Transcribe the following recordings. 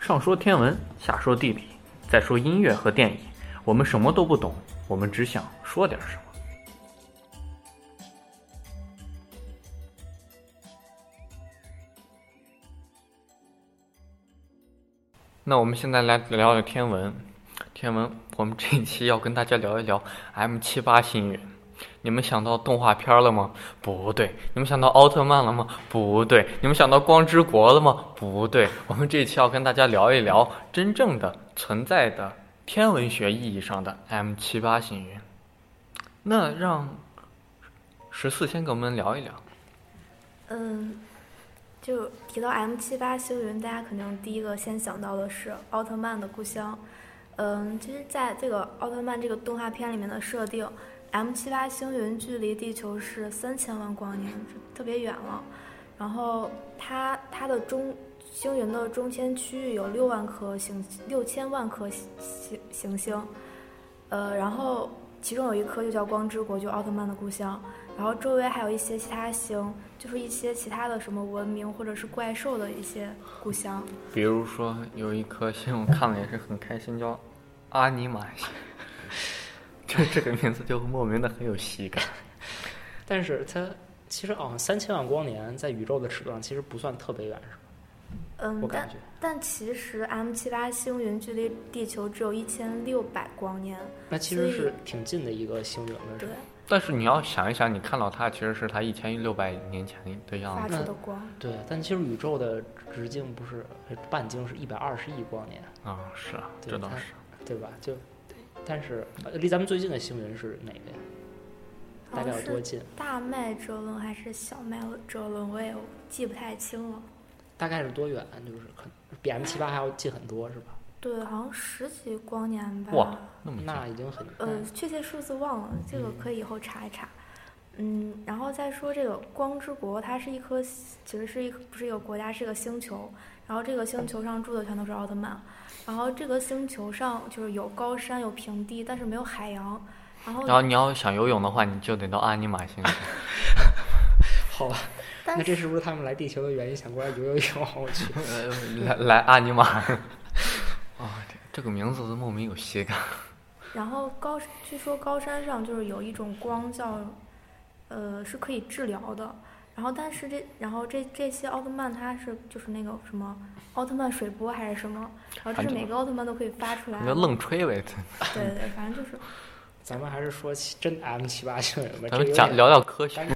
上说天文，下说地理，再说音乐和电影，我们什么都不懂，我们只想说点什么。那我们现在来聊聊天文。天文，我们这一期要跟大家聊一聊 M 七八星云。你们想到动画片了吗？不对。你们想到奥特曼了吗？不对。你们想到光之国了吗？不对。我们这一期要跟大家聊一聊真正的存在的天文学意义上的 M 七八星云。那让十四先给我们聊一聊。嗯，就提到 M 七八星云，大家肯定第一个先想到的是奥特曼的故乡。嗯，其实在这个奥特曼这个动画片里面的设定，M 七八星云距离地球是三千万光年，是特别远了。然后它它的中星云的中间区域有六万颗行六千万颗行行行星，呃，然后其中有一颗就叫光之国，就奥特曼的故乡。然后周围还有一些其他星，就是一些其他的什么文明或者是怪兽的一些故乡。比如说有一颗星，我看了也是很开心，叫阿尼玛 星，就这个名字就莫名的很有喜感。但是它其实好像三千万光年在宇宙的尺度上其实不算特别远，是吧嗯我，感但觉。但其实 M 七八星云距离地球只有一千六百光年。那其所实以是挺近的一个星云了，是对吧？，但是你要想一想，你看到它其实是它一千六百年前的样发子。出的光。对，但其实宇宙的直径不是呃半径是一百二十亿光年，啊、是啊，对这倒它是。对吧？就，但是呃离咱们最近的星云是哪个呀？好大概像有多哦是近？大麦哲伦还是小麦哲伦，我也记不太清了。大概是多远？就是可比 M 七八还要近很多，是吧？对，好像十几光年吧。哇那么那已经很呃，确切数字忘了，这个可以以后查一查。嗯，然后再说这个光之国，它是一颗，其实是一个不是一个国家，是一个星球。然后这个星球上住的全都是奥特曼，然后这个星球上就是有高山有平地，但是没有海洋。然后，然后你要想游泳的话，你就得到阿尼玛星 去。 好吧？但那这是不是他们来地球的原因？想过来游游泳？我去，呃，来来阿尼玛。 啊、这这个名字都莫名有喜感。然后高，据说高山上就是有一种光叫，呃，是可以治疗的。然后，但是这，然后这这些奥特曼它是就是那个什么奥特曼水波还是什么，然后这反是正每个奥特曼都可以发 出来你的。就愣吹呗，对对对，反正就是，咱们还是说真 M 七八星云吧。咱这们有讲点聊聊科学尴。尬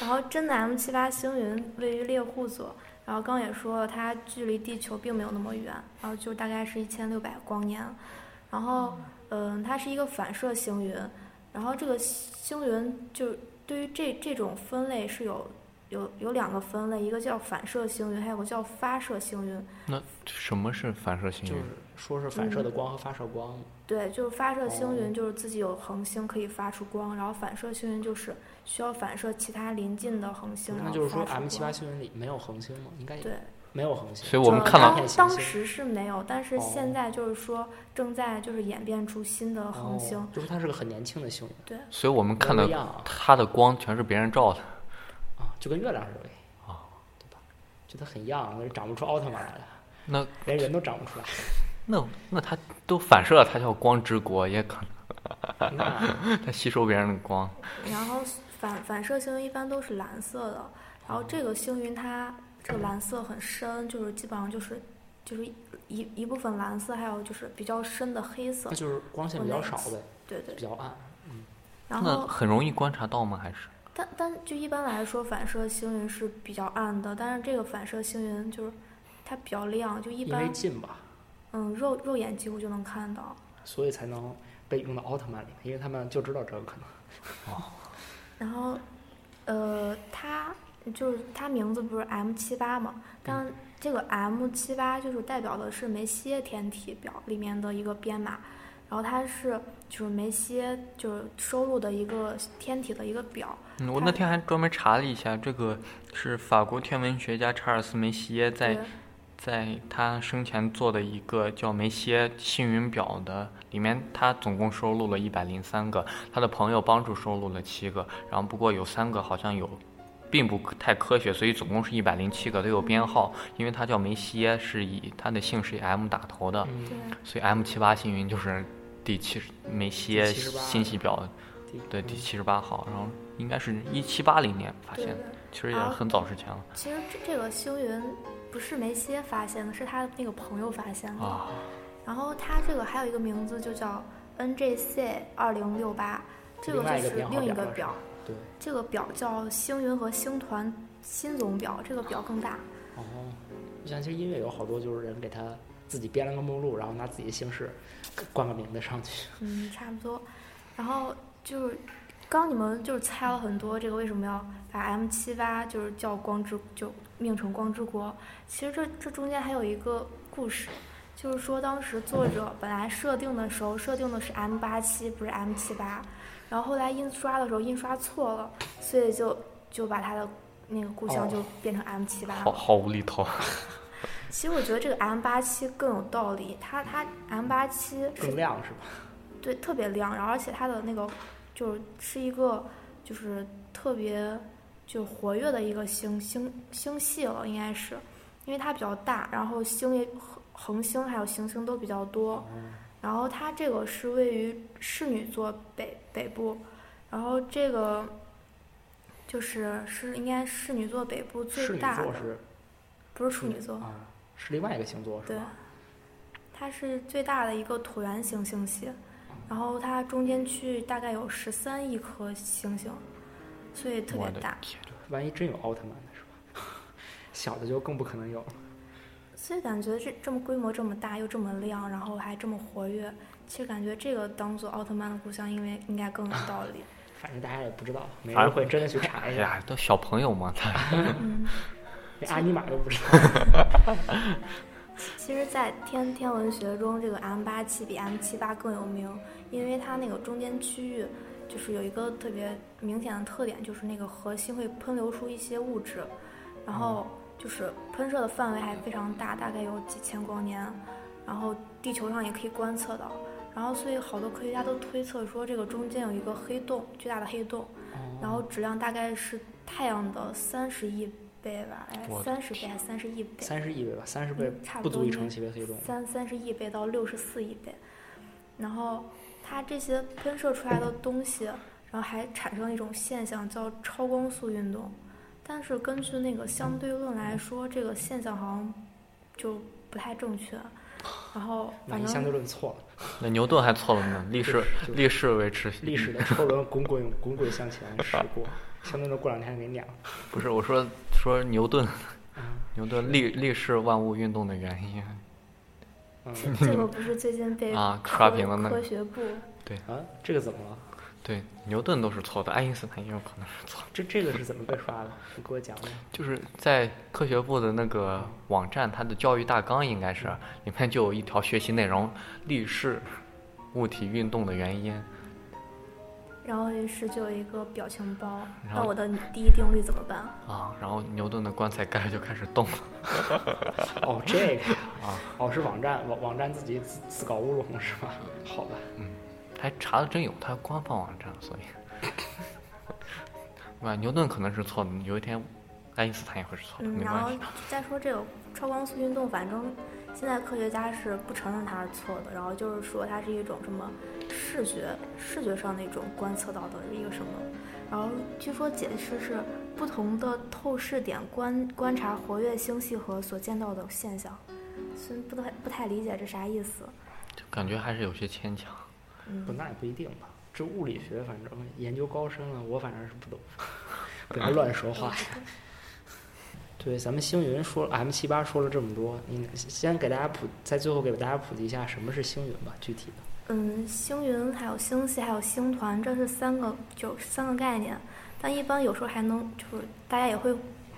然后真的 M 七八星云位于猎户座，然后刚也说了，它距离地球并没有那么远，然后就大概是一千六百光年，然后嗯，它是一个反射星云，然后这个星云就对于这这种分类是有有有两个分类，一个叫反射星云，还有个叫发射星云。那什么是反射星就云是？说是反射的光和发射光嘛。对，就是发射星哦云，就是自己有恒星可以发出光，然后反射星云就是需要反射其他临近的恒星，然那后就是说发出 M 七八光星云里没有恒星吗？应该也对。没有恒星。所以我们看到呃当当时是没有，但是哦现在就是说正在就是演变出新的恒星。哦，就是它是个很年轻的星云，所以我们嗯看的的一样啊，它的光全是别人照的。啊就跟月亮似的呗，哦对吧？就它很 young，长不出奥特曼来了，那连人都长不 出来。那那它都反射了，它叫光之国，也可那能它吸收别人的光。然后反反射星云一般都是蓝色的，然后这个星云它这个蓝色很深，就是基本上就是就是一一一部分蓝色，还有就是比较深的黑色那。就是光线比较少呗，对对比。较暗。然那后很容易观察到吗？还是但但就一般来说，反射星云是比较暗的，但是这个反射星云就是它比较亮，就一因为般近吧，嗯肉肉眼几乎就能看到。所以才能被用到奥特曼里，因为他们就知道这个可啊能。然后，呃，它就是它名字不是 M 七八嘛，但嗯这个 M 七八就是代表的是梅西天体表里面的一个编码，然后它是就是梅西就是收录的一个天体的一个表，嗯我那天还专门查了一下，这个是法国天文学家查尔斯梅西耶在对在他生前做的一个叫梅歇星云表的，里面他总共收录了一百零三个，他的朋友帮助收录了七个，然后不过有三个好像有并不太科学，所以总共是一百零七个，都有编号。因为他叫梅西，是以他的姓是以 M 打头的，嗯，所以 M 七八星云就是第七十梅西第78信息表对第七十八号，然后应该是一七八零年发对现对的，其实也啊很早之前了其实这这个星云不是梅西发现的，是他那个朋友发哦现的。啊。然后它这个还有一个名字就叫 NJC 二零六八，这个另外就一个是编号另一个表了表，对，这个表叫星云和星团新总表，这个表更大。哦，我想其实音乐有好多就是人给他自己编了个目录，然后拿自己的姓氏冠个名字上 去。嗯，差不多。然后就是刚你们就是猜了很多，这个为什么要把 M 七八就是叫光之就命成光之国？其实这这中间还有一个故事，就是说当时作者本来设定的时候设定的是 M 八七，不是 M 七八，然后后来印刷的时候印刷错了，所以就就把他的那个故乡就变成 M 七八了。好好无厘头，其实我觉得这个 M 八七更有道理，它它 M 八七是更亮是吧？对，特别亮，然后而且它的那个就是是一个就是特别就活跃的一个星星星系了，应该是，因为它比较大，然后星也恒恒星还有行星都比较哦多，然后它这个是位于室女座北北部，然后这个就是是应该是女座北部处最女大的，座哦是不是处女座，啊，是另外一个星座是对吧？，它是最大的一个椭圆形星系，然后它中间区大概有十三亿颗星星，所以特我别的大。天，万一真有奥特曼呢是吧？ 小的就更不可能有了。所以感觉这这么规模这么大，又这么亮，然后还这么活跃，其实感觉这个当做奥特曼的故乡，因为应该更有道理。反正大家也不知道，没反人正会真的去查哎一下，呀，都小朋友 嘛，他嗯，连阿尼玛都不知道。 其实，在天天文学中，这个 M 八七比 M 七八更有名，因为它那个中间区域就是有一个特别明显的特点，就是那个核心会喷流出一些物质，然后就是喷射的范围还非常大，大概有几千光年，然后地球上也可以观测到，然后所以好多科学家都推测说，这个中间有一个黑洞，巨大的黑洞，然后质量大概是太阳的三十亿倍吧，哎我，的三十倍还是三十亿倍？三十亿倍吧，三十倍嗯差不不多足以应该称其为黑洞。三三十亿倍到六十四亿倍，然后它这些喷射出来的东西，然后还产生了一种现象叫超光速运动，但是根据那个相对论来说，这个现象好像就不太正确。然后万反一相对正论错了，那牛顿还错了呢，历史就历史维持历史的 车轮滚滚滚滚向前驶过，相对论过两天给撵了。不是我说说牛顿， 嗯牛顿历历世万物运动的原因， 嗯这个不是最近被啊科刷屏了那科个学部啊，这个怎么了？对对，牛顿都是错的，爱因斯坦也有可能是错的，这这个是怎么被刷的？你给我讲讲。就是在科学部的那个网站，它的教育大纲应该是里面就有一条学习内容，历世物体运动的原因，然后于是就有一个表情包，然那后我的第一定律怎么办？啊，然后牛顿的棺材盖就开始动了，哦，这个啊，哦是网站网网站自己自自搞乌龙是吧？好吧，还查的真有，它官方网站，所以， 啊，牛顿可能是错的，有一天爱因斯坦也会是错的，嗯，没然后关系。再说这个超光速运动，反正现在科学家是不承认它是错的，然后就是说它是一种什么视觉视觉上的一种观测到的一个什么，然后据说解释是不同的透视点观观察活跃星系核所见到的现象，所以不太不太理解这啥意思。就感觉还是有些牵强。不嗯，那也不一定吧。这物理学反正研究高深了，我反正是不懂， 不要乱说话呀。 对，咱们星云说 M 七八说了这么多，你先给大家普，在最后给大家普及一下什么是星云吧，具体的。嗯，星云还有星系还有星团，这是三个就三个概念，但一般有时候还能就是大家也会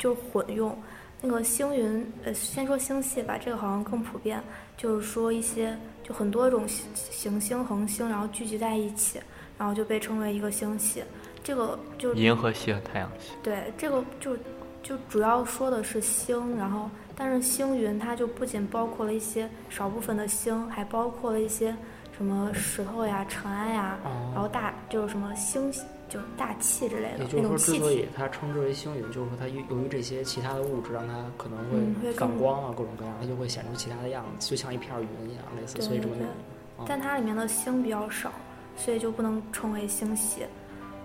就混用。那个星云，呃，先说星系吧，这个好像更普遍，就是说一些就很多种行行星、恒星，然后聚集在一起，然后就被称为一个星系。这个就银河系和太阳系，对，这个就就主要说的是星，然后但是星云它就不仅包括了一些少部分的星，还包括了一些什么石头呀、尘埃呀，然后哦，大就是什么星就大气之类的也就那是说，种之气所体。以它称之为星云，就是说它由由于这些其他的物质，让它可能嗯会会反更光啊，各种各样，它就会显出其他的样子，就像一片儿云一样，类似，对所以这么对命名。啊但它里面的星比较少，所以就不能称为星系。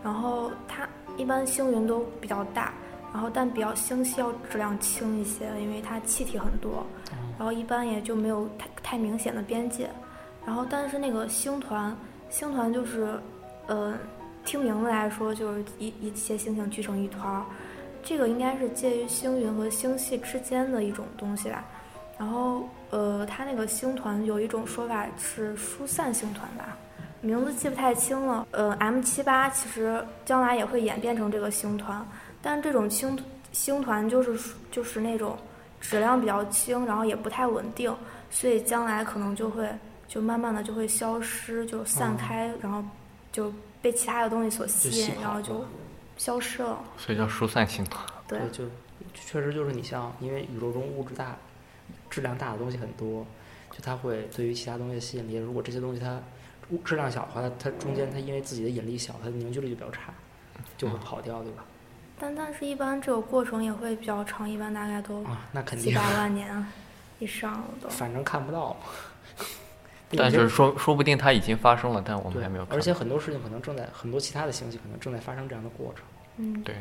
然后它一般星云都比较大，然后但比较星系要质量轻一些，因为它气体很多，然后一般也就没有太太明显的边界。然后但是那个星团，星团就是，呃，听名字来说就是一一些星星聚成一团儿，这个应该是介于星云和星系之间的一种东西吧。然后呃，它那个星团有一种说法是疏散星团吧，名字记不太清了。呃，M 七八其实将来也会演变成这个星团，但这种星星团就是属就是那种质量比较轻，然后也不太稳定，所以将来可能就会就慢慢的就会消失，就散嗯开，然后就被其他的东西所吸就吸引，然跑后了就消失了。所以叫疏散星团。对，就确实就是你像，因为宇宙中物质大、质量大的东西很多，就它会对于其他东西的吸引力。如果这些东西它物质量小的话，它它中间它因为自己的引力小，它的凝聚力就比较差，就嗯会跑掉，对吧？但但是，一般这个过程也会比较长，一般大概都啊，那肯几定百，万年啊以上了都。反正看不到嘛。 但是说说不定它已经发生了，但我们对还没有，看。而且很多事情可能正在很多其他的星系可能正在发生这样的过程。嗯，对，